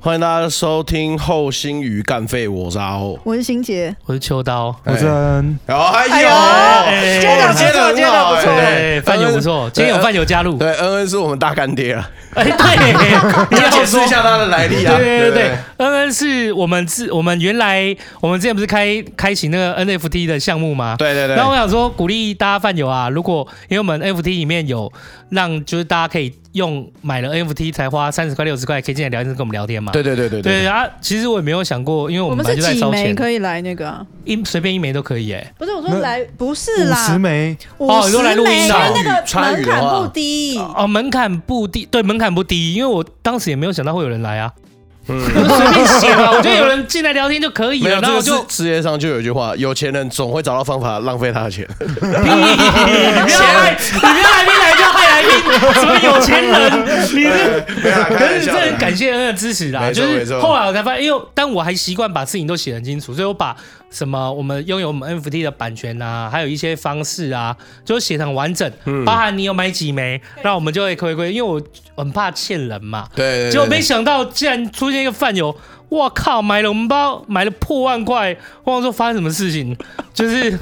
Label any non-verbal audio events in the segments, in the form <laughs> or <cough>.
欢迎大家收听《后心语干废》，我是阿后。我是欣杰，我是秋刀，吴真，哎呦，哎接得不错得很接得好不错哎对，饭友不错，今天有饭友加入，对，恩恩是我们大干爹啊，哎， <laughs> 对，你要解解释释一。下他的来历对啊。对对不对，恩恩是我们自我们原来我们之前不是开开启那个 NFT 的项目吗？对对对然后我想说，鼓励大家饭友啊，如果因为我们 NFT 里面有让，就是大家可以用买了 NFT 才花三十块六十块，可以进来聊天室跟我们聊天嘛。对对对对对啊，其实我也没有想过，因为我我们们本是来就在几烧枚钱，可以来那个啊？一随便一枚都可以哎。不是我那说来，不是五十啦，枚，五哦你十说来录枚，音因的啊为那个参与门的槛话不低。哦，门槛不低，对，门槛不低，因为我当时也没有想到会有人来啊，嗯我就随便写 <laughs> 嘛，我觉得有人进来聊天就可以没了，有，然这后我个是就世界上就有一句话，有钱人总会找到方法浪费他的钱。屁， <laughs> 你不要来，你不要来宾来就害来宾，什么有钱人，你这。没有啦开可玩是笑真的很感谢恩的支持啦，没错就没是错后来我才发现，因为但我还习惯把事情都写得很清楚，所以我把什么我们拥有我们 NFT 的版权啊，还有一些方式啊，就写得很完整，嗯包含你有买几枚，那我们就会回归，因为我我很怕欠人嘛，对对，结果没对想到，竟然出现一个饭友，我靠，买了我们包，买了破万块，我想说发生什么事情， <laughs> 就是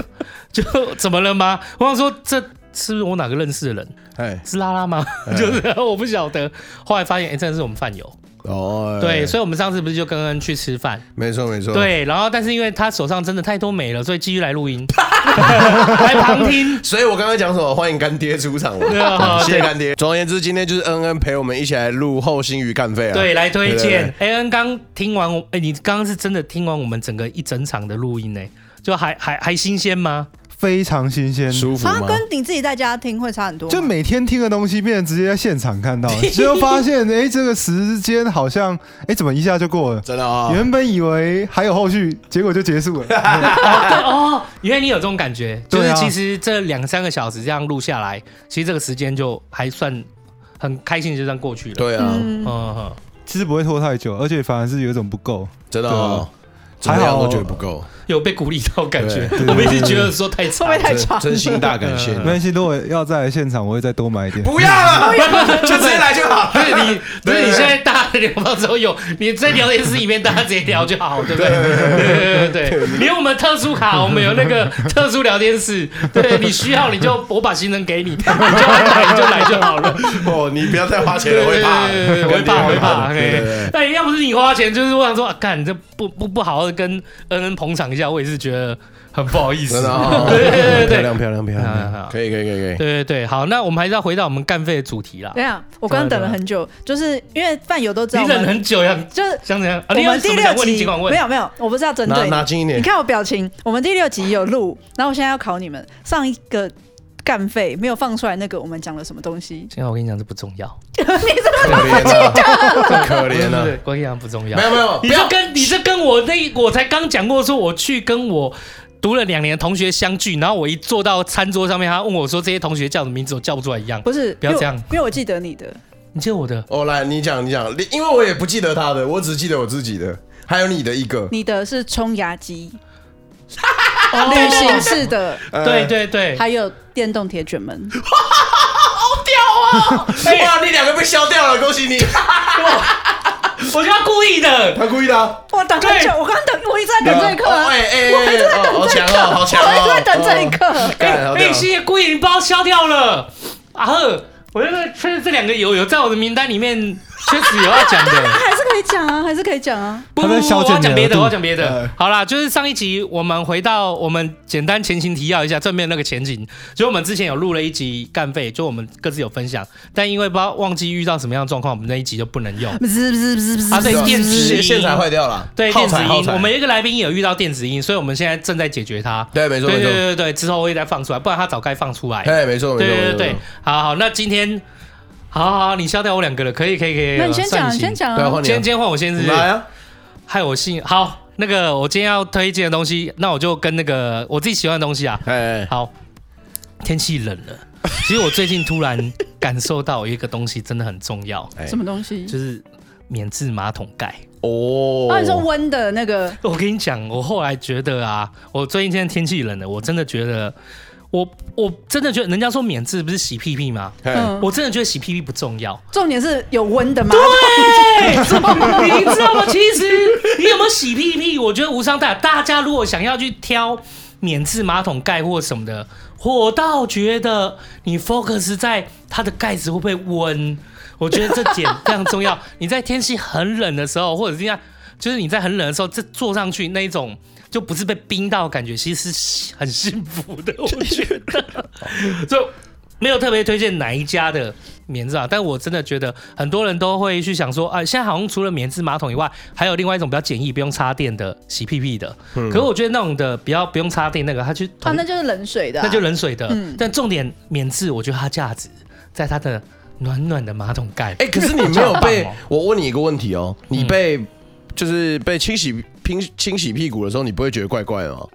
就怎么了吗？我想说这是不是我哪个认识的人？哎是拉拉吗？就是我不晓得。后来发现，哎、真的是我们饭友。哦，对，以所以我们上次不是就跟恩去吃饭？没错没错，，对，然后但是因为他手上真的太多美了，所以继续 <laughs> 来录音，来旁听。所以我刚刚讲什么？欢迎干爹出场对啊了，谢谢对干爹。总而言之，今天就是恩恩陪我们一起来录《后心语干废》啊。对，来推对对荐。哎，恩刚听完我，哎、你刚刚是真的听完我们整个一整场的录音呢、哎就还还还新鲜吗？非常新鲜。舒服它吗？跟你自己在家听会差很多吗，就每天听的东西，变成直接在现场看 <laughs> 到，就发现哎、这个时间好像哎、怎么一下就 <laughs> 过了？真的啊，原本以为还有后续，结果就结束 <laughs> 了。哦，对哦，原来你有这种感觉，就对是啊其实这两三个小时这样录下来，其实这个时间就还算很开心，就这样过去了。对啊，嗯，嗯，其实不会拖太久，而且反而是有一种不够。真的啊，怎对啊么还样好都觉得不够，有被鼓励到感觉对，对我们一直对觉得说太会不长会了。太真长？真心大感谢嗯没关系，如果要再来现场，我会再多买一点。不要了，就直接来就好。不是 <laughs> 你，不是对你现在大家聊到之后有你在聊天室里面，大家直接聊就好，对不对？对对对对对，因为我们特殊卡，我们有那个特殊聊天室，对你需要你就我把行程给你，你就来你就来就好了。哦，你不要再花钱对了，对会怕，对，会怕会怕。对对对嘿但要不是你花钱，就是我想说，啊干、你这不不不好好地跟恩恩捧场一下，我也是觉得很不好意思真。的啊， <laughs> 对对 <laughs> 对对漂亮漂亮漂好好亮，好可以可以可以可以，对对对，好，那我们还是要回到我们干废的主题啦对。啊，我刚刚等了很久，就是因为饭友都知道你我忍们，很久呀，就是想怎样？啊，我你有们什第么六想问？你集尽管问。没有没有，我不是要针拿对拿近一你点，看我表情，我们第六集有录，然后我现在要考你们，上一个干废没有放出来那个，我们讲了什么东西？现在我跟你讲，这不重要。可怜啊，可怜啊，我跟你讲不重要没。有没有，你这跟你这跟我那我才刚讲过，说我去跟我读了两年的同学相聚，然后我一坐到餐桌上面，他问我说这些同学叫什么名字，我叫不出来一样。不是，不要因为这样因为我记得你的，你记得我的？哦，来你讲你讲，因为我也不记得他的，我只记得我自己的，还有你的一个，你的是冲牙机、啊哦旅行式的，呃 <laughs> 对，对对，还有电动铁卷 <laughs> 门。哇，你两个被消掉了，恭喜 <laughs> 你，我就要故意的。他故意的啊，我等很久，我刚等，我一直在等这一刻哦啊，哎哎哎，哦好强哦，好强哦， <laughs> 我一直在等这一哦，刻。干好屌哎，谢谢故意，你把我消掉了。啊呵，我觉得确实这两个有有在我的名单里面，确实有要讲的。 <laughs> 还是可以讲啊，还是可以讲啊。不他不在不，消我减要讲你别额的，度我要讲别的呃。好啦，就是上一集我们回到我们简单前情提要一下，正面那个前景，就我们之前有录了一集干费，就我们各自有分享，但因为不知道忘记遇到什么样的状况，我们那一集就不能用。不是不是不是不啊对是，电子音线材坏掉了，对耗电子材耗音，材，我们有一个来宾也有遇到电子音，所以我们现在正在解决它。对没错对没对错，对对，之后会再放出来，不然它早该放出来。哎没错没错对对没对错，对，好好，那今天好好好，你消掉我两个了，可以可以可以。那你先啊算讲，你先行。讲对啊，啊。换你今啊天今天换我先是不是？来啊，害我信好。那个我今天要推荐的东西，那我就跟那个哎我自己喜欢的东西啊。哎，哎好，天气冷了，其实我最近突然感受到一个东西真的很重要，哎什么东西？就是免治马桶盖。哦哦，你说温的那个，我跟你讲，我后来觉得啊，我最近现在天气冷了，我真的觉得，我我真的觉得，人家说免治不是洗屁屁吗？嘿嗯，我真的觉得洗屁屁不重要，重点是有温的吗？对，你知道吗？其实你有没有洗屁屁，我觉得无伤大雅。大家如果想要去挑免治马桶盖或什么的，我倒觉得你 focus 在它的盖子会不会温，我觉得这点非常重要。 <laughs> 你在天气很冷的时候，或者是这样，就是你在很冷的时候，这坐上去那一种。就不是被冰到，感觉其实是很幸福的，我觉得。就没有特别推荐哪一家的棉质啊，但我真的觉得很多人都会去想说，啊，现在好像除了棉质马桶以外，还有另外一种比较简易不用插电的洗屁屁的。可是我觉得那种的比较不用插电那个，它去啊，同、那就是冷水的啊，那就冷水的。嗯但重点棉质，我觉得它价值在它的暖暖的马桶盖。哎、可是你没有 <laughs> 这样被棒哦我问你一个问题哦，你嗯被、就是被清洗拼清洗屁股的时候，你不会觉得怪怪的吗？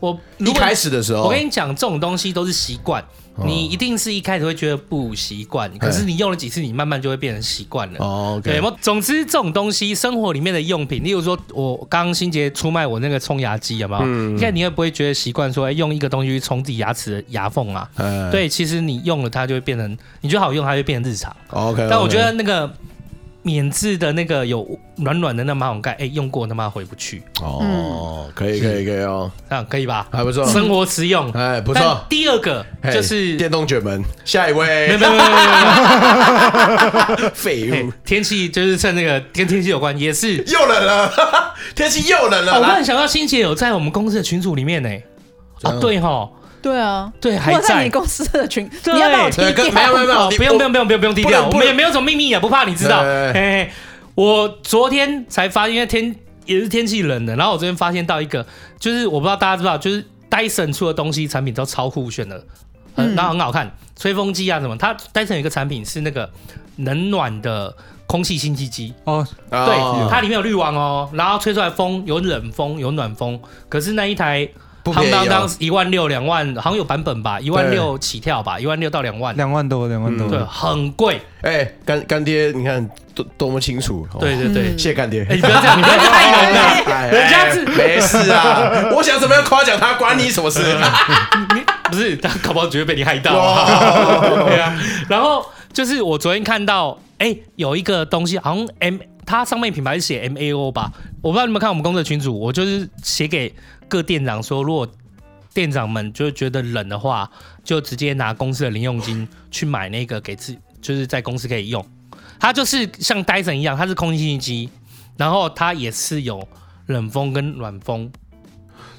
我一如果开始的时候，哦我跟你讲，这种东西都是习惯，你一定是一开始会觉得不习惯，可是你用了几次，你慢慢就会变成习惯了。哦，OK，对，我总之这种东西，生活里面的用品，例如说，我刚刚欣杰出卖我那个冲牙机，有没有？嗯你看你会不会觉得习惯说，哎、用一个东西去冲自己牙齿的牙缝啊？哎对，其实你用了它就会变成，你觉得好用，它就变成日常。哦，OK，但我觉得那个免治的那个有软软的那马桶盖，哎、用过他妈回不去，嗯哦，可以可以可以哦，这样可以吧？还不错，生活实用。哎，不不错，第二个嘿就是。电动卷门，下一没有位没有没有没有没有 <laughs> 废嘿物，天气就是趁那个跟天气有关，也是。又冷了， <laughs> 天气又冷哦了，我突然来，想到，欣姐有在我们公司的群组里面呢。怎啊，样对哈，对啊，对，哎还我在在你。公司的群，对你要把我踢对跟没有没有没掉。有哦，你不用不用不用不用不用低不能调，我不能们也没有什么秘密，也不怕你知道。对对嘿对嘿，我昨天才发现，因为天也是天气冷的，然后我昨天发现到一个，就是我不知道大家知不知道，就是 Dyson 出的东西产品都超酷炫的，很嗯然后很好看，吹风机啊什么。它 Dyson 有一个产品是那个冷暖的空气清新机， <laughs> 哦，对，哦它里面有滤网哦，然后吹出来风有冷风有暖风，可是那一台不夯便宜不啷哦当一万六两万，好像有版本吧，一万六起跳吧，一万六到两嗯万，两万多，两万多，对，很贵，哎，干干爹，你看多多么清楚，哦对，对对。谢谢干爹哎，。你不 <laughs> 要这样，你不要太冷了。哎人家是没事 <laughs> 啊，我想怎么样夸奖他，关你什么事？啊不是，他搞不好只会被你害到、哇啊。 <laughs> 对啊，然后就是我昨天看到，哎、有一个东西好像 M，它上面品牌是写 M A O 吧？我不知道你们有没有看我们工作群组，我就是写给各店长说，如果店长们就是觉得冷的话，就直接拿公司的零用金去买那个给自，就是在公司可以用。它就是像 Dyson 一样，它是空气净化机，然后它也是有冷风跟暖风。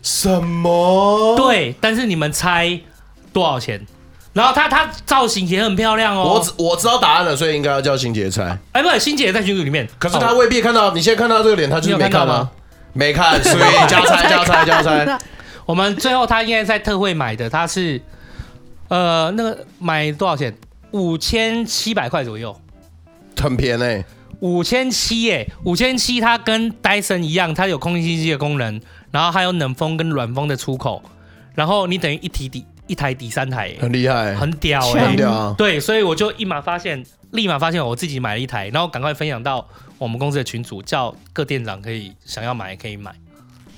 什么？对，但是你们猜多少钱？然后它它造型也很漂亮我哦只。我知道答案了，所以应该要叫欣姐猜。哎，不是，欣姐也在群组里面。可是他哦未必看到，你现在看到这个脸，他就是没你有看到吗吗？没看，所以加 <laughs> 猜加猜加猜。我们最后他应该在特惠买的，他是呃那个买多少钱？五千七百块左右，很欸便宜、五千七耶，五千七它跟 Dyson 一样，它有空气清新机的功能，然后还有冷风跟暖风的出口，然后你等于一提抵一台抵三台耶，很厉害、很屌哎、很屌啊！对，所以我就立马发现，立马发现我自己买了一台，然后赶快分享到我们公司的群组，叫各店长可以想要买也可以买。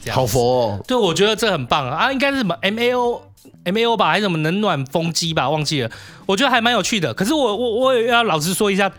这样子好佛哦，对，我觉得这很棒啊！啊应该是什么 M A O M A O 吧，还是什么冷暖风机吧，忘记了。我觉得还蛮有趣的。可是我我我也要老实说一下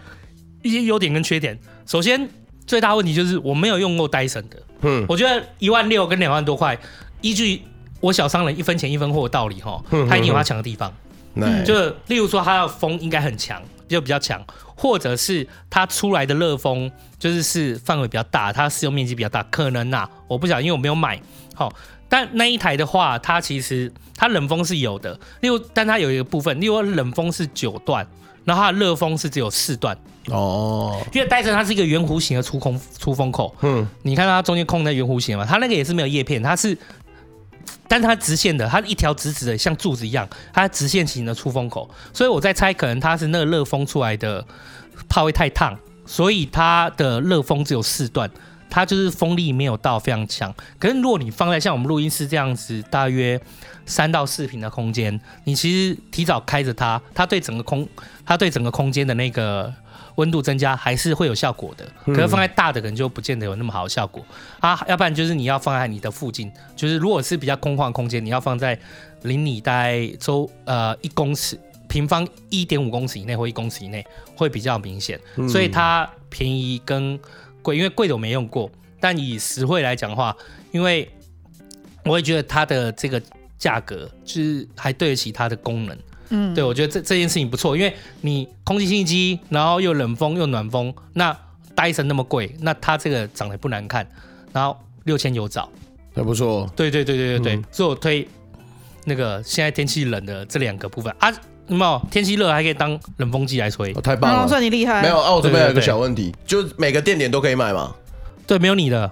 一些优点跟缺点。首先，最大问题就是我没有用过 Dyson 的，嗯，我觉得一万六跟两万多块，依据我小商人一分钱一分货的道理哈嗯，他一定有他强的地方。那就例如说它的风应该很强，就比较强，或者是它出来的热风就是是范围比较大，它适用面积比较大，可能呐、我不晓得，因为我没有买。好、但那一台的话，它其实它冷风是有的，例如，但它有一个部分，例如冷风是九段，然后它的热风是只有四段，哦，因为戴森它是一个圆弧形的出空出风口，嗯，你看它中间空的圆弧形嘛，它那个也是没有叶片，它是，但是它直线的，它一条直直的，像柱子一样，它直线型的出风口，所以我在猜，可能它是那个热风出来的，怕会太烫，所以它的热风只有四段，它就是风力没有到非常强。可是如果你放在像我们录音室这样子，大约三到四平的空间，你其实提早开着它，它对整个空，它对整个空间的那个温度增加还是会有效果的。可是放在大的可能就不见得有那么好的效果啊。要不然就是你要放在你的附近，就是如果是比较空旷的空间，你要放在离你大概周呃一公尺。平方一点五公尺以内或一公尺以内会比较明显，嗯所以它便宜跟贵，因为贵的我没用过，但以实惠来讲的话，因为我也觉得它的这个价格就是还对得起它的功能。嗯，对，我觉得这这件事情不错，因为你空气清新机，然后又冷风又暖风，那戴森那么贵，那它这个长得不难看，然后六千有找，还不错。对对对对对对，嗯所以我推那个现在天气冷的这两个部分啊，有没有天气热还可以当冷风机来吹哦？太棒嗯，了！算你厉害。没有，啊，我这边有一个对对对小问题，就是每个店点都可以买 <laughs> 嘛？对，没有你的，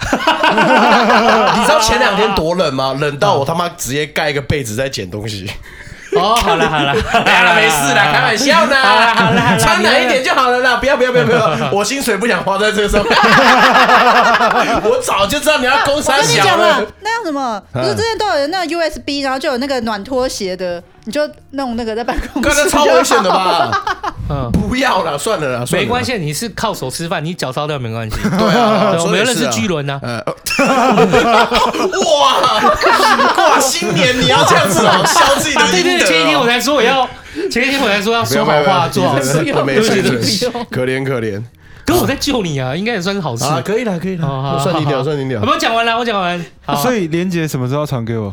你知道前两天多冷吗？冷到我他妈直接盖一个被子在捡东西。 <laughs> 哦，好了好了，哎 <laughs> 呀，没事啦，开玩笑的好啦好啦好啦，穿暖一点就好了啦，不要不要不要不 <laughs> 要，我薪水不想花在这个上面。我早就知道你要攻我三跟你小讲啊了了，，那样什么？不是之前都有人那 USB，然后就有那个暖拖鞋的，你就弄那个在办公刚才室，超危险的？吧？嗯，不要啦，算了啦，算了没啦关。系，你是靠手吃饭，你脚烧掉没关系。 <laughs> 对啊，对说我们得有也认识啊巨轮呢，呃，哇，过新年你要这样子哦，消自己的啊对对阴德哦对，前一天我才说我要，前一天我才说要说好话做好事，对没不事起对没不起事，可怜可怜可我在救你啊，应该也算是好事。啊，可以啊了可以好好了，算你屌好算你屌我，们讲完了，我讲完。好，所以连杰什么时候要传给我？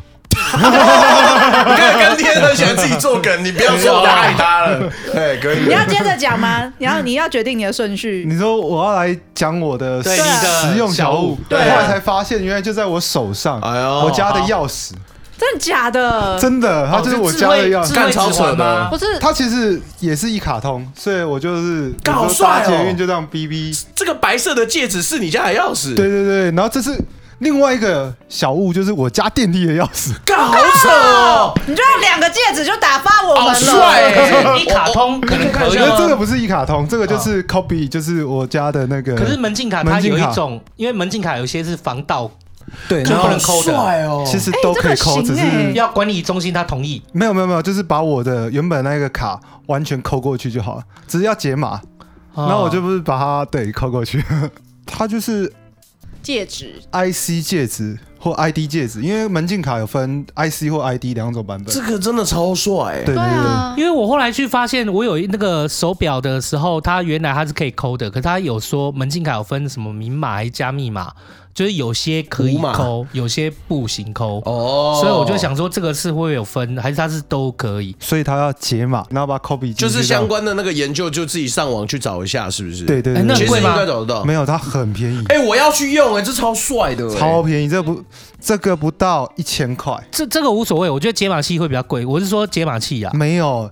你看跟天很喜欢自己做梗，你不要说我爱他了，哎，可以 <laughs> 你要接着讲吗？你要你要决定你的顺序。你说我要来讲我的对实你的实用小小物啊物，后对来才发现原来就在我手上，哎呦我家的钥匙，真的假的？真的，它啊哦就是我家的钥匙智。干慧超指扯环的吗？不是它其实也是一卡通，所以我就是干好有时候帅搭哦捷运就这样哔哔。这个白色的戒指是你家的钥匙，对，对对，然后这是另外一个小物，就是我家电梯的钥匙。干好扯哦，你就要两个戒指就打发我好们帅了。哎，一卡通可能可我以啊觉得吗这个不是一卡通，这个就是 copy，就是我家的那个。可是门禁卡它门禁有卡一种，因为门禁卡有些是防盗，对，就然不后啊能抠的，哦其实都可以抠，哎这只个是行嗯哎要管理中心它同意。没有没有没有，就是把我的原本那个卡完全抠过去就好了，只是要解码。然后我就不是把它对抠过去， <laughs> 它就是戒指 IC 戒指或 ID 戒指，因为门禁卡有分 IC 或 ID 两种版本这。个真的超帅，对对啊对，因为我后来去发现，我有那个手表的时候，它原来它是可以抠的，可它有说门禁卡有分什么明码还是加密码，就是有些可以无码抠，有些不行抠。哦所以我就，想说，这个是会不会有分，还是它是都可以？所以它要解码，然后把 copy 进去就是这样相。关的那个研究，就自己上网去找一下，是不是？对，对哎对，那对其很实贵应吗该找得到没。有它很便宜，哎，我要去用，哎，这超帅的，哎超便宜，这不这个不到一千块，这这个无所谓，我觉得解码器会比较贵。我是说解码器啊，没有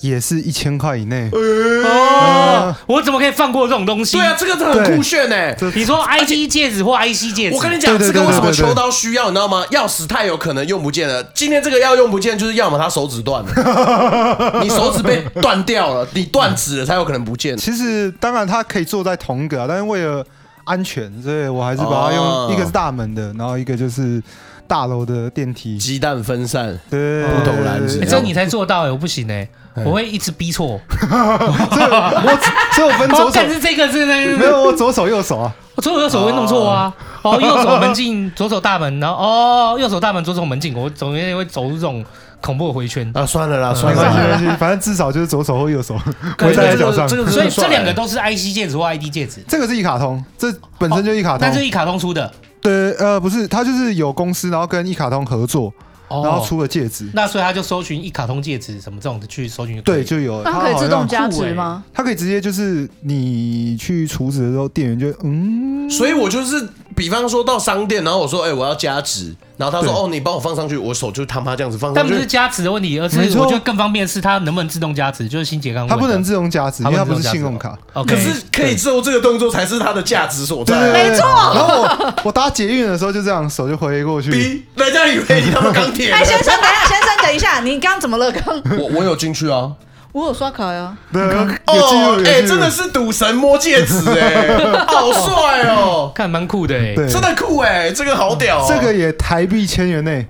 也是一千块以内。哎哦，我怎么可以放过这种东西？对啊，，这个很酷炫哎。这你说 ID 戒指或 IC 戒指，哎我跟你讲，对对这对个为什么对对对秋刀需要，你知道吗？钥匙太有可能用不见了。今天这个要用不见，就是要么他手指断了， <laughs> 你手指被断掉了，你断指了才有可能不见。其实当然它可以做在同一个啊，但是为了安全，所以我还是把它哦用一个是大门的，然后一个就是大楼的电梯。鸡蛋分散，对，不懂篮子哎对这你才做到哎、我不行哎、我会一直逼错。哎所以我分哦左，手但，是这个是那没有我左手右手啊，我左手右手会弄错啊，哦，右手门禁，左手大门，然后哦，右手大门，左手门禁，我总有点会走入这种恐怖的回圈。啊，算了啦，没算关嗯系没了关系，反正至少就是左手或右手不对会戴在这脚个上。这个所真以的帅这两个都是 IC 戒指或 ID 戒指，这个是一卡通，这本身就一卡通但，哦是一卡通出的。对，呃，不是，它就是有公司，然后跟一卡通合作，哦然后出了戒指，那所以他就搜寻一卡通戒指什么这种的去搜寻就可以对，就有，那它它可以自好动像加值吗？它可以直接就是你去储值的时候，店员就嗯，所以我就是，比方说到商店，然后我说，哎，我要加值，然后他说，对哦，你帮我放上去，我手就他妈这样子放但上不去。是加持的问题，而是没错我觉得更方便的是它能不能自动加持，就是新杰刚它问的不能自动加值，因为它不是自动加持信用卡。哦，OK 可是可以做这个动作才是它的价值所对在。对对，没错。然后我我搭捷运的时候就这样，手就挥过去。逼人家以为你他妈钢铁人哎 <laughs> 哎，。先生，等一下，先生，等一下，你刚刚怎么了？刚我我有进去啊，我有刷卡呀，对，有记哦录，，哎、有记真录的，是赌神摸戒指哎、好帅哦，看蛮酷的哎、对，真的酷哎、这个好屌、哦，这个也台币千元内，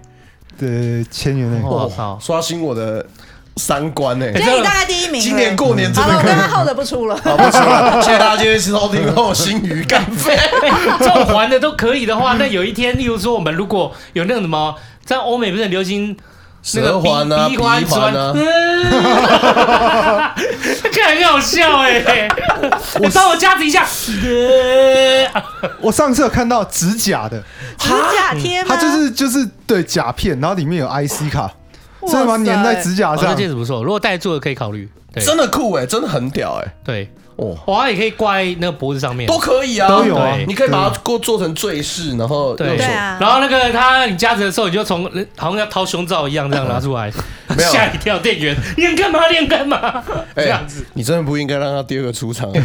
对，千元内，哦哇操！刷新我的三观哎、今这天你大概第一名。今年过啊年真好的了，我可跟以。他耗的不出了。好，不吃了，谢谢大家今天收听后新鱼干飞。 <laughs> 这种还的都可以的话，那有一天，例如说我们如果有那种什么，在欧美不是很流行 <laughs> 那个蛇环啊，鼻鼻鼻环、啊环啊， <laughs> 看很好笑哎、欸，我帮我夹子一下，我上次有看到指甲的，指甲贴吗？它就是就是对甲片，然后里面有 IC 卡，哇塞所以把它粘在指甲哦上这。戒指不错，如果戴住的可以考虑。对真的酷哎、真的很屌哎、对，哦，哇，它也可以挂在那个脖子上面，都可以啊，都有啊对你可以把它做做成坠饰，然后对右手对啊然后那个他你夹子的时候，你就从呃好像要掏胸罩一样这样拿出来，哦没有吓一跳，店员，你想干嘛？你想干嘛？哎这样子，你真的不应该让他第二个出 <laughs> 场。啊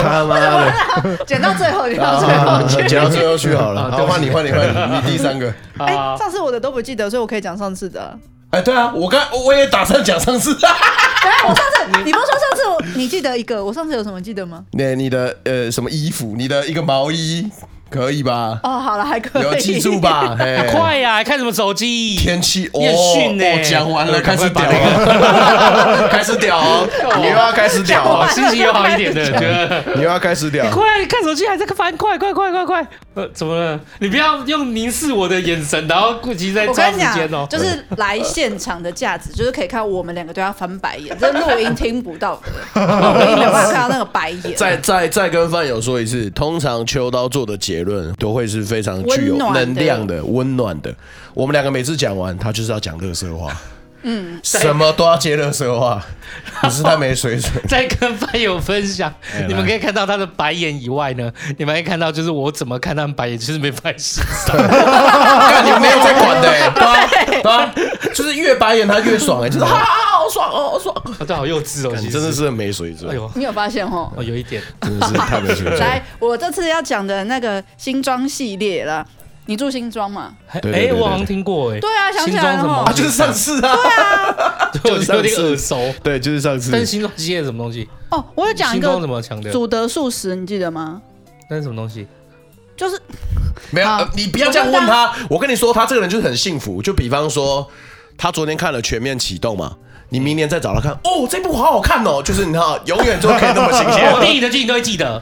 他妈的！剪到最后，剪到最啊后去。讲到最后去好了，啊好换你换你换你，你第三个。哎，啊，上次我的都不记得，所以我可以讲上次的。 <laughs> 哎，对啊，我刚我也打算讲上次。哎，我上次你不是说上次我你记得一个，我上次有什么记得吗？那 <laughs> 你的呃什么衣服？你的一个毛衣可以 <laughs> 吧？哦，好了，还可以。有记住？ <laughs> 吧？嘿，快呀、还看什么手机？哎天气哦，验讯呢哦讲完了，赶开快始把屌那了，开始屌哦， <laughs> 你又要开始屌 <laughs> 哦，哦，心情有好 <laughs> 一点的，觉得。你又要开始屌。快看手机，还在翻，快快快快快！呃，怎么了？你不要用凝视我的眼神，然后顾及在我抓跟你时间哦讲，。就是来现场的架子，就是可以看我们两个对他翻白眼，这录音听不 <laughs> 到的，录音没有办法看到那个白眼。再再再跟饭友说一次，通常秋刀做的结论都会是非常具有温暖的能量的、温暖的。我们两个每次讲完，他就是要讲乐色话，嗯，什么都要接乐色话，可是他没水准。再跟饭友分享，你们可以看到他的白眼以外呢，你们可以看到就是我怎么看他们白眼，就是没白欣赏。看你没有在管的、欸，对啊对啊，就是越白眼他越爽哎、就是哈，好爽哦，好爽！哦这好幼稚哦，其你实真的，是很没水准，哎呦，你有发现哦？哦有一点，真的是太没水准。 <laughs> 来，我这次要讲的那个新庄系列啦，你住新庄嘛？哎对对对哎，对我好像听过哎，对啊想起来新装什么啊， <laughs> 就是上次啊，对我觉得有点耳熟。对，就是上次但是新装系列是什么东西？哦，我有讲一新装怎个么强的？祖德素食，你记得吗？那是什么东西？就是没有，好呃你不要这样问他。我跟你说，他这个人就是很幸福。就比方说，他昨天看了《全面启动》嘛，你明年再找他嗯看，哦，这部好好看哦，就是你看，永远都可以那么新 <laughs> 鲜。我哦电影的剧情都会记得。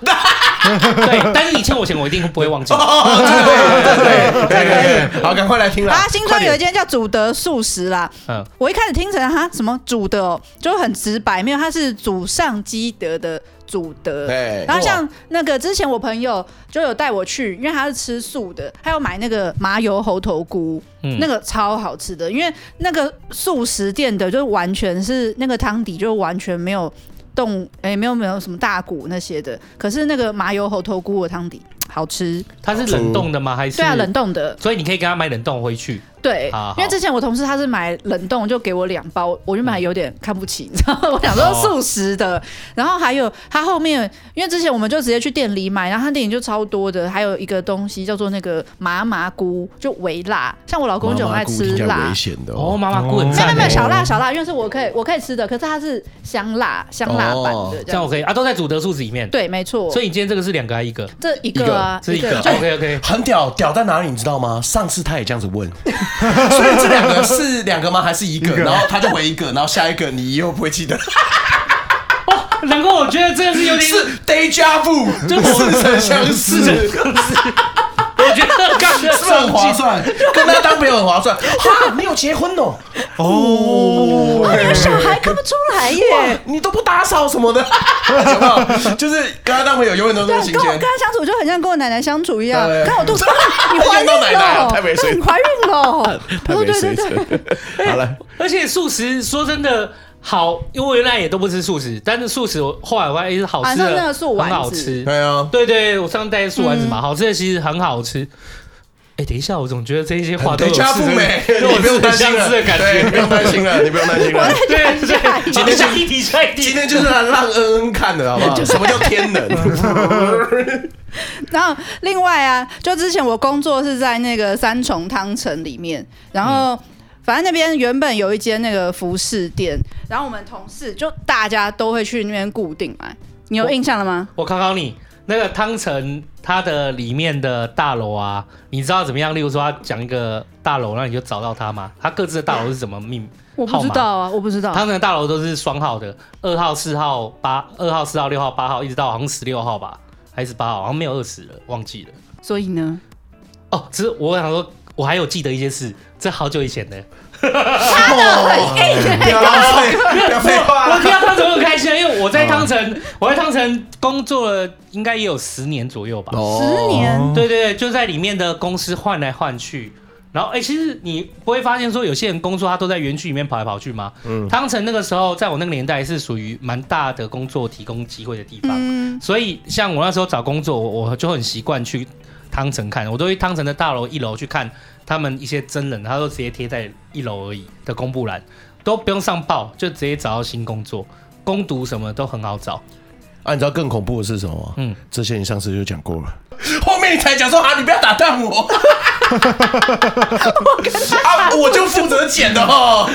对，但是你欠我钱，我一定不会忘记。哦， <laughs> <laughs> 对对对对对，好，赶快来听啦啊，！新庄有一间叫祖德素食啦，嗯，我一开始听成哈什么祖的哦，就很直白，没有，它是祖上积德的祖德。哎然后像那个之前我朋友就有带我去，因为他是吃素的，他有买那个麻油猴头菇，嗯那个超好吃的。因为那个素食店的就完全是那个汤底就完全没有动，哎、没有没有什么大骨那些的，可是那个麻油猴头菇的汤底好吃，它是冷冻的吗？还是？对啊，冷。冻的，所以你可以跟他买冷冻回去。对好好，因为之前我同事他是买冷冻，就给我两包，我原本还有点看不起， <laughs> 你知道吗？我想说素食的，然后还有他后面，因为之前我们就直接去店里买，然后他店里就超多的，还有一个东西叫做那个麻麻菇，就微辣，像我老公就很爱吃辣 Oh 危。险的哦，哦。妈妈菇很没有没赞有没有欸。小辣小辣，因为是我可以我可以吃的，可是它是香辣香辣版的哦这这样样我子。可以啊，都在主德数子里面。，对，没错。所以以你今天这个是两个还一个？这一个啊，是一个。就 <laughs> OK OK。很屌，屌在哪里？你知道吗？上次他也这样子问，所以这两个是两个吗？还是一个？然后他就回一个，然后下一个你又不会 <laughs> 记得，难怪我觉得这个是有点， <laughs> 是 deja vu，似曾相识。我觉得刚是不是很划 <laughs> 算？跟他当朋友很划算。 <laughs> 哈，你有结婚哦？有哦，小孩看不出来耶。哎你都不打扫什么的， <laughs> 有没有？就是跟他当朋友永远都是那对么，新跟我鲜跟。他相处就很像跟我奶奶相处一样对。哎看我肚子，啊 <laughs> 你怀用孕到奶奶 <laughs> 了了，太没水你怀孕了。太哦，没对水对对，准。 <laughs> 好了，而且素食说真的好，因为我原来也都不吃素食，但是素食我后来发现哎是好吃啊那那的，个素丸很子嗯好吃。对啊，对对，我上次带素丸子嘛，好吃的其实很好吃。哎，等一下，我总觉得这些话都有家似不曾美， <laughs> 都你有不用似担曾心相了，似的感对，你不觉。用担心啊 <laughs> 了，你不用担心了。 <laughs> 对对，今天 <laughs> 下一题，下一今题。天就是来让恩恩看的，好不好？什么叫天能？ <laughs> 然后另外啊，就之前我工作是在那个三重汤城里面，然后。反正那边原本有一间那个服饰店，然后我们同事就大家都会去那边固定买。你有印象了吗？我考考你，那个汤臣它的里面的大楼啊，你知道怎么样？例如说，他讲一个大楼，那你就找到它吗？它各自的大楼是怎么命？我不知道啊，我不知道。汤臣的大楼都是双号的，二号、四号、八，二号、四号、六号、八号，一直到好像十六号吧，还是八号，好像没有二十了，忘记了。所以呢，哦，只是我想说，我还有记得一些事，这好久以 <laughs> 前的。他的很硬欸、不要浪费，不要废话我了。听到汤臣很开心，啊因为我啊在汤臣，我在汤臣工作了应该也有十年左右吧。哦十年，对对对，就在里面的公司换来换去。然后，哎、其实你不会发现说有些人工作他都在园区里面跑来跑去吗？嗯，汤臣那个时候，在我那个年代是属于蛮大的工作提供机会的地方，嗯，所以像我那时候找工作，我我就很习惯去汤臣看，我都去汤臣的大楼一楼去看他们一些真人，他都直接贴在一楼而已的公布栏，都不用上报，就直接找到新工作，攻读什么都很好找。啊，你知道更恐怖的是什么吗？嗯嗯，这些你上次就讲过了， <laughs> 后面你才讲说啊，你不要打断我。 <laughs> 啊，我就负责剪的哦，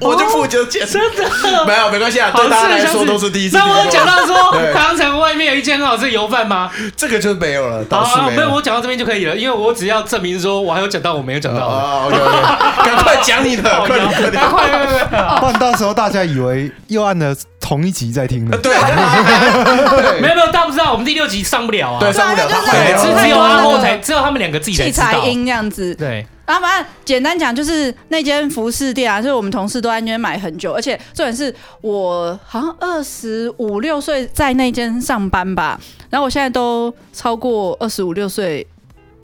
我就负责剪，真的没有没关系啊，哦好对吃大家的来像说都是第一次。那我有讲到对说，汤臣外面有一间很好吃的油饭吗？这个就没有了，好倒是啊，没没有，有。我讲到这边就可以了，因为我只要证明说我还有讲到我没有讲到的。啊，OK <laughs> OK，赶快讲你的，好快点快点啊赶。快，快快快不然到时候大家以为又按了同一集在听呢。呃 <laughs> 对，对没有没有，大家不知道我们第六集上不了啊。对，上不了，对啊快对点就是只只有阿后才，太多了只有他们两个自己才器知道材。音这样子，对，然后啊反正简单讲，就是那间服饰店啊，就是我们同事都在那边买很久，而且重点是我好像二十五六岁在那间上班吧，然后我现在都超过二十五六岁，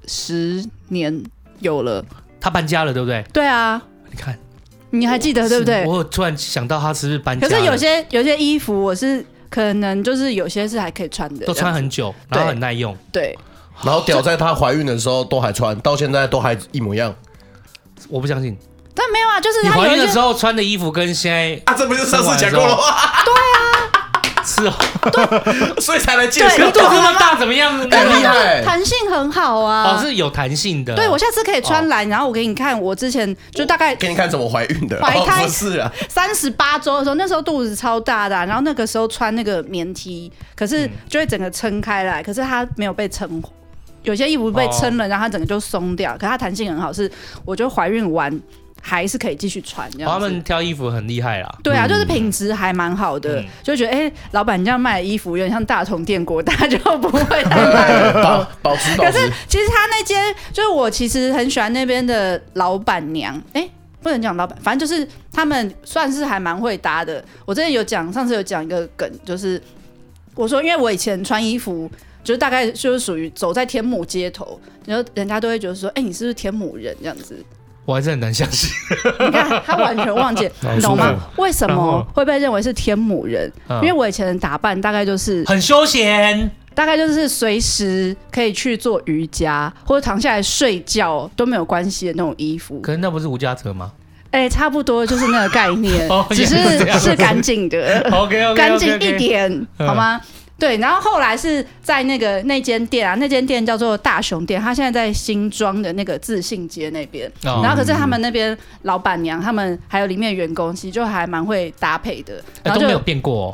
十年有了。他搬家了，对不对？对啊，你看，你还记得呃对不对是？我有突然想到他是不是搬家可了？是有些有些衣服我是可能就是有些是还可以穿的，都穿很久，然后对很耐用。对，然后屌在她怀孕的时候都还穿，到现在都还一模一样我不相信，但没有啊，就是你它怀有孕一的些时候穿的衣服跟现在啊！这不就上次讲过了吗？<laughs> 是哦， <laughs> 所以才来介可绍是。肚子那么大怎么样？ <laughs> 很厉害，弹性很好啊。哦，是哦有弹性的。对，我下次可以穿蓝，然后我给你看，我之前就大概给你看怎么怀孕的，怀胎哦、不是啊，三十八周的时候，那时候肚子超大的啊、然后那个时候穿那个棉 T，可嗯是就会整个撑开来，可是它没有被撑，有些衣服被撑了，然后它整个就松掉，可它弹性很好，是我觉得怀孕完还是可以继续穿这哦他样们子。挑衣服很厉害啦。对啊，就是品质还蛮好的，嗯就觉得哎、老板你这样卖的衣服有点像大同电锅，大家就不会再买对哎保保持保可持是，其实他那间，就是我其实很喜欢那边的老板娘，哎、不能讲老板，反正就是他们算是还蛮会搭的。我之前有讲，上次有讲一个梗，就是我说，因为我以前穿衣服。就是大概就是属于走在天母街头，然后人家都会觉得说，哎、你是不是天母人这样 <laughs> 子？我还是很难相信。你看他完全忘记，你懂舒吗服？为什然么后会被认为是天母人？嗯因为我以前的打扮大概就是很休闲，大概就是随时可以去做瑜伽，或者躺下来睡觉都没有关系的那种衣服。可是那不是吴家泽吗，哎、差不多就是那个概念 <laughs> 哦只是原来是这样是干净 <laughs> 的， ？OK OK，干净一。点嗯好吗？对，然后后来是在那个那间店啊，那间店叫做大雄店，它现在在新庄的那个自信街那边。哦然后可是他们那边老板娘，他们还有里面的员工，其实就还蛮会搭配的。然哎后都就没有变过哦，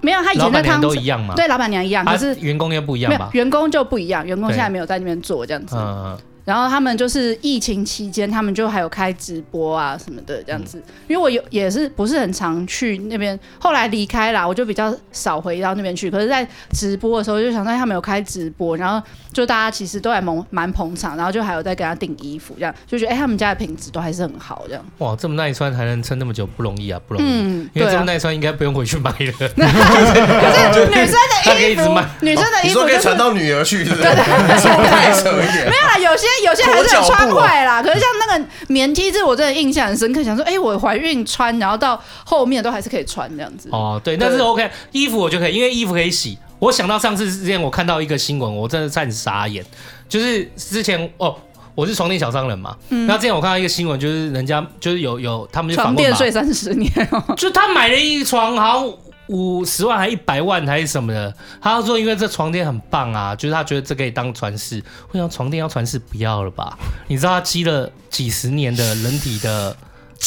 没有，他以老前在板娘汤都一样嘛。对老板娘一样，啊，可是员工又不一没样有吧？员工就不一样，员工对现在没有在那边做这样子。嗯，然后他们就是疫情期间，他们就还有开直播啊什么的这样子。因为我有也是不是很常去那边，后来离开啦，我就比较少回到那边去。可是，在直播的时候就想到他们有开直播，然后就大家其实都还蛮蛮捧场，然后就还有在给他订衣服这样，就觉得哎、他们家的品质都还是很好这样。哇，这么耐穿还能撑那么久，不容易啊，不容易。嗯啊因为对这啊么耐穿，应该不用回去买了。可是女生他可的以衣一直服卖，女生的你衣服说可就以是传到女儿去，是不是？说太扯一点没。有啦，有些有些还是有穿啊裹脚布坏啦。可是像那个棉 T 是我真的印象很深刻，想说，哎、我怀孕穿，然后到后面都还是可以穿这样子。 <laughs> 哦，对，但是 OK，衣服我就可以，因为衣服可以洗。我想到上次之前我看到一个新闻，我真的差点傻眼，就是之前哦。我是床垫小商人嘛，然后之前我看到一个新闻，就是人家就是有有他们就嗯床访问垫嘛，睡三十年哦、就他买了一床，好像五十万还一百万还是什么的。他说因为这床垫很棒啊，就是他觉得这可以当传世。我想床垫要传世不要了吧？你知道他积了几十年的人体的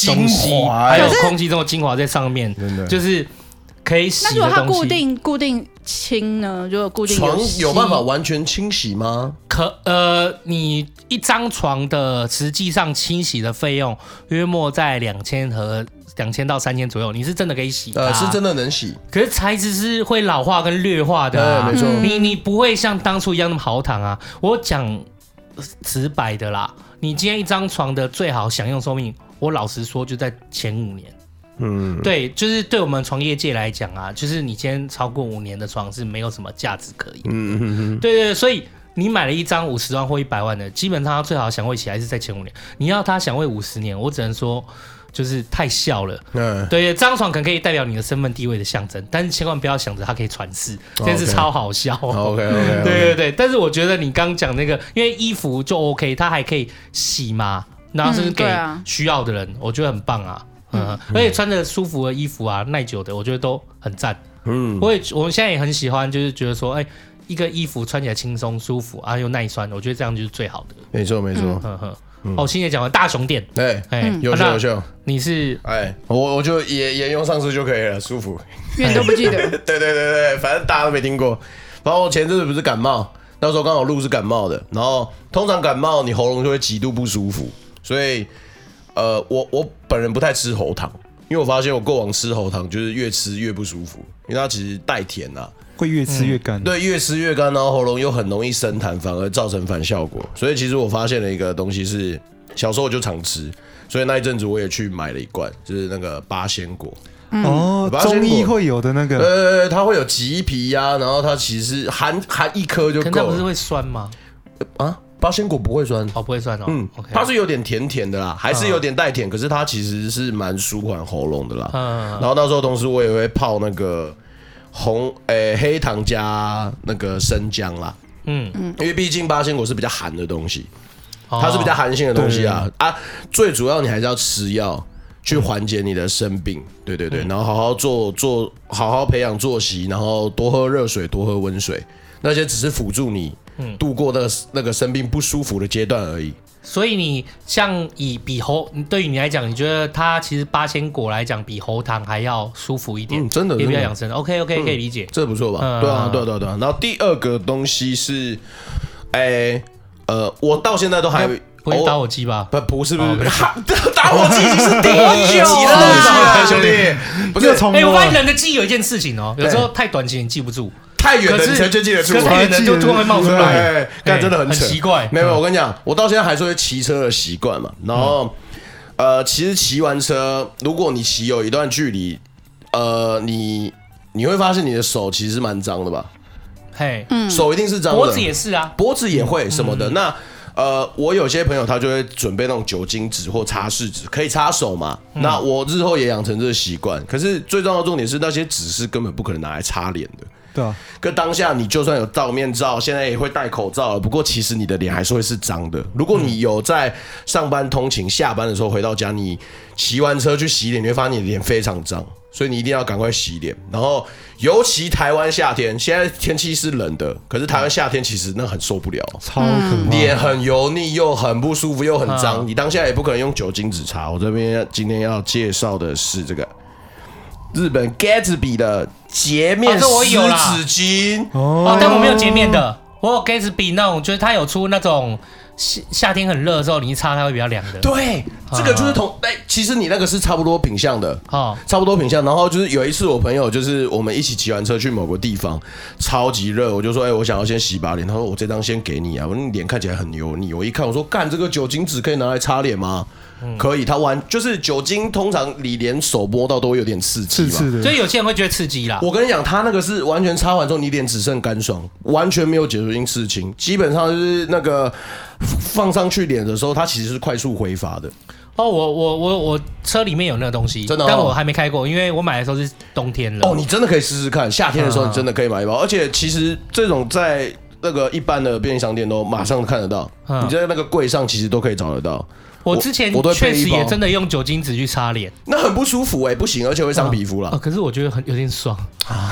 东西精，华还有可是空气中的精华在上面真的，就是可以洗那如的果它东固西。定固定清呢？如果固定床吸有办法完全清洗吗？可呃，你一张床的实际上清洗的费用约莫在两千和两千到三千左右，你是真的可以洗的、啊呃，是真的能洗，可是材质是会老化跟劣化的、啊，哎没错嗯你你不会像当初一样那么好躺啊。我讲直白的啦，你今天一张床的最好享用寿命，我老实说就在前五年。嗯，对，就是对我们床业界来讲啊，就是你今天超过五年的床是没有什么价值可言。嗯嗯嗯对对，对所以你买了一张五十万或一百万的，基本上它最好享会期还是在前五年。你要它享会五十年，我只能说就是太笑了。 <laughs> 嗯，对，这张床可能可以代表你的身份地位的象征，但是千万不要想着它可以传世，哦这件事 OK 超好笑。 ，OK OK， <laughs> 对对对，但是我觉得你刚讲那个，因为衣服就 OK，它还可以洗嘛，然后甚至嗯给对啊需要的人，我觉得很棒啊。嗯，而且穿着舒服的衣服啊，耐久的，我觉得都很赞。嗯，我也我现在也很喜欢，就是觉得说，哎、一个衣服穿起来轻松舒服啊，又耐穿，我觉得这样就是最好的。没错没错，呵呵，哦，欣姐讲完大熊店，哎，哎、优秀那优秀，你是哎，我我就沿沿用上次就可以了，舒服。因为你都不记 <laughs> 哎得， <laughs> 对对对对，反正大家都没听过。然后我前阵子不是感冒，那时候刚好路是感冒的，然后通常感冒你喉咙就会极度不舒服，所以呃，我我本人不太吃喉糖，因为我发现我过往吃喉糖就是越吃越不舒服，因为它其实带甜呐、啊，会越吃越干。对，越吃越干，然后喉咙又很容易生痰，反而造成反效果。所以其实我发现了一个东西是，小时候我就常吃，所以那一阵子我也去买了一罐，就是那个八仙果。哦把，它先中医裹会有的那个，嗯呃，它会有橘皮呀、然后它其实含含一颗就可能它够不是了会酸吗？啊。八仙果不会酸，哦，不会酸哦。嗯 o k 它是有点甜甜的嗯啦，还是有点带甜，可是它其实是蛮舒缓喉咙的啦。嗯然后那时候同时我也会泡那个红诶、黑糖加那个生姜啦，嗯，因为毕竟八仙果是比较寒的东西，哦它是比较寒性的东西啊啊，最主要你还是要吃药去缓解你的生病，对对嗯对，然后好好做做，好好培养作息，然后多喝热水，多喝温水，那些只是辅助你嗯度过那个那个生病不舒服的阶段而已。所以你像以比喉，对于你来讲，你觉得它其实八仙果来讲比喉糖还要舒服一点，嗯真的也真比较的哦养生。OK OK，、可以理解。这不错吧？嗯对啊，对啊，对啊，对啊。然后第二个东西是，哎，呃，我到现在都还不会打偶火机吧？不不是不哦是没， <laughs> 打火机已经是第一集的 <laughs> 东西啊了，兄弟，不是又重哎、播我发现了。人的记忆有一件事情哦，有时候太短期你记不住，太远可了，是你才就记得出可是太来远。的就突然会冒哎出来，对，但真的很哎很扯奇怪嗯没有，没有我跟你讲，我到现在还是会骑车的习惯嘛。然后，呃，其实骑完车，如果你骑有一段距离，呃，你你会发现你的手其实蛮脏的吧？嘿，手一定是脏的，脖子也是啊。脖子也会什么的。那呃，我有些朋友他就会准备那种酒精纸或擦拭纸，可以擦手嘛。嗯那我日后也养成这个习惯。可是最重要的重点是，那些纸是根本不可能拿来擦脸的。对啊，可当下你就算有罩面罩，现在也会戴口罩了。不过其实你的脸还是会是脏的。如果你有在上班通勤、下班的时候回到家，你骑完车去洗脸，你会发现你的脸非常脏，所以你一定要赶快洗脸。然后，尤其台湾夏天，现在天气是冷的，可是台湾夏天其实那很受不了，超可怕。嗯脸嗯很油腻又很不舒服又很脏，嗯你当下也不可能用酒精纸擦。我这边今天要介绍的是这个日本 Gatsby 的洁面啊湿这我有啦纸巾。哦哦，但我没有洁面的，我有 Gatsby 那种，就是它有出那种夏夏天很热的时候，你一擦它会比较凉的。，对，这个就是同嗯哎、其实你那个是差不多品相的，哦，差不多品相。然后就是有一次我朋友就是我们一起骑完车去某个地方，超级热，我就说哎、我想要先洗把脸，他说我这张先给你啊，我那脸看起来很油腻。我一看我说干这个酒精纸可以拿来擦脸吗？可以，他完就是酒精，通常你连手摸到都会有点刺激刺嘛。刺所的，以有些人会觉得刺激啦。我跟你讲，他那个是完全擦完之后，你脸只剩干爽，完全没有解决性刺青，基本上就是那个放上去脸的时候，它其实是快速挥发的。哦，我我我我车里面有那个东西，真的哦但我还没开过，因为我买的时候是冬天了。哦，你真的可以试试看，夏天的时候你真的可以买一包，而且其实这种在那个一般的便利商店都马上看得到，嗯你在那个柜上其实都可以找得到。我之前我都会确配一实包也真的用酒精纸去擦脸，那很不舒服哎、不行，而且会伤皮肤啦啊，。可是我觉得很有 <laughs> 点爽。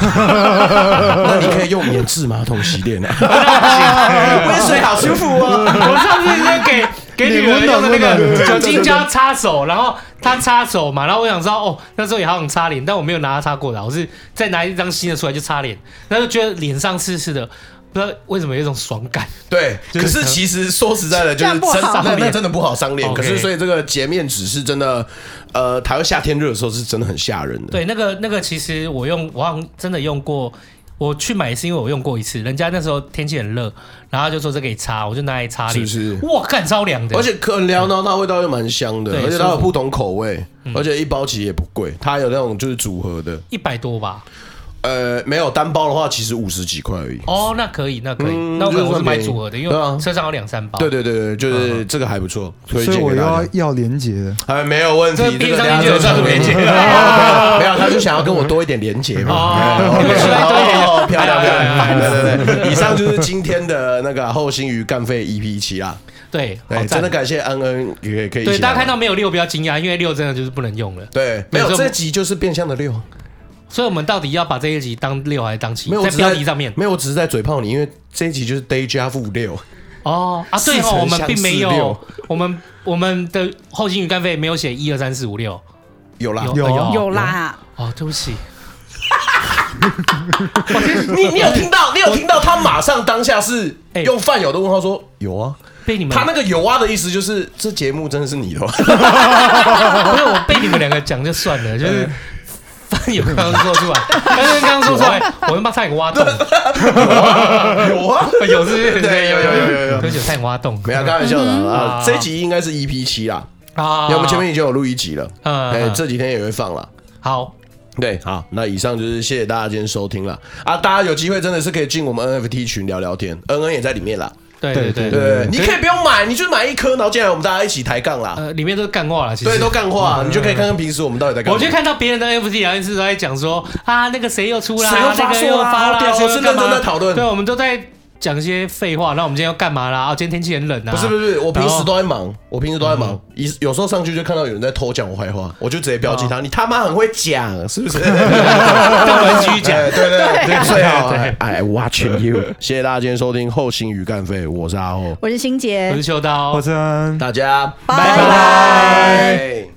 那你可以用 <laughs> 免治马桶洗脸啊，温水好舒服哦。我上次就给给女儿用的那脸温个 <laughs> 暖酒精胶擦手，然后她擦手嘛，然后我想知道哦，那时候也好想擦脸，但我没有拿它擦过的，我是再拿一张新的出来就擦脸，然后就觉得脸上湿湿的，不知道为什么有一种爽感。对，可是其实说实在的，就是这样不好真伤那脸那真的不好伤脸。 OK 可是所以这个洁面纸是真的，呃，台湾夏天热的时候是真的很吓人的。对，那个那个其实我用，我好像真的用过。我去买是因为我用过一次，人家那时候天气很热，然后就说这可以擦，我就拿来擦脸。是不哇，干超凉的，而且可聊到它味道又蛮香的，对而且它舒有服不同口味，而且一包其实也不贵，它有那种就是组合的，一百多吧。呃，没有单包的话其实五十几块而已。哦，那可以，那可以，嗯那我可能就是我是买便宜组合的，因对啊为车上有两三包。对对对对，就是这个还不错，推所以荐我给又大要家。要连结的。哎，没有问题，这这边个上大家面就有再上做面连接，对哦没有，没有他就想要跟我多一点连接嘛。哦哎你们出来多一点哦漂亮漂哎亮，对对对，以上就是今天的那个后心鱼干废 EP 七啦。对，好对，哎真赞的。感谢恩恩，也可以一起对，来大家看到没有六不要惊讶，因为六真的就是不能用了。对，没有每次我们这集就是变相的六，所以我们到底要把这一集当六还是当七没有？我在只是标题上面没有，我只是在嘴炮你，因为这一集就是 day 加负六，哦啊，对四乘哦，我们并没相似有六，我们我们的后勤与干费没有写一二三四五六。有啦，有哎有啦，哦，对 <laughs> 不起，你你有听到？你有听到？他马上当下是哎用饭友的问号说有啊， <laughs> 被你们他那个有啊的意思就是这节目真的是你 <laughs> 的吗，啊不哦是我被你们两个讲就算了，就是。有刚刚说出来， <laughs> 但是刚刚说出来，我他妈差点挖洞，有啊， <laughs> 有是不是？对有有有有有对不起，我差点挖洞。没有开玩笑的啊啊，这一集应该是 EP 七啦，啊因为我们前面已经有录一集了，嗯哎，嗯这几天也会放了。好，对，好，那以上就是谢谢大家今天收听了啊！大家有机会真的是可以进我们 NFT 群聊聊天，恩恩也在里面啦。对对对对对，你可以不用买，你就买一颗，然后进来我们大家一起抬杠啦。呃，里面都是干话了，其实对，都干话，你就可以看看平时我们到底在干嘛。我就看到别人的 FT 聊天室都在讲说啊，那个谁又出啦，谁又发啊那个错又啦发啦，屌谁又是认干嘛真在讨论对，啊我们都在讲一些废话。那我们今天要干嘛啦？啊，今天天气很冷啊。不是不是，我平然时后都在忙，我平时都在忙，一有时候上去就看到有人在偷讲我坏话，我就直接标记他，你他妈很会讲，是不 <laughs> 是？但我们继续讲。哎对对对，最好对哎，I watching you，谢 <laughs> 谢大家今天收听后心鱼干肺，我是阿后，我是心我杰是，秋刀，我真大家拜拜。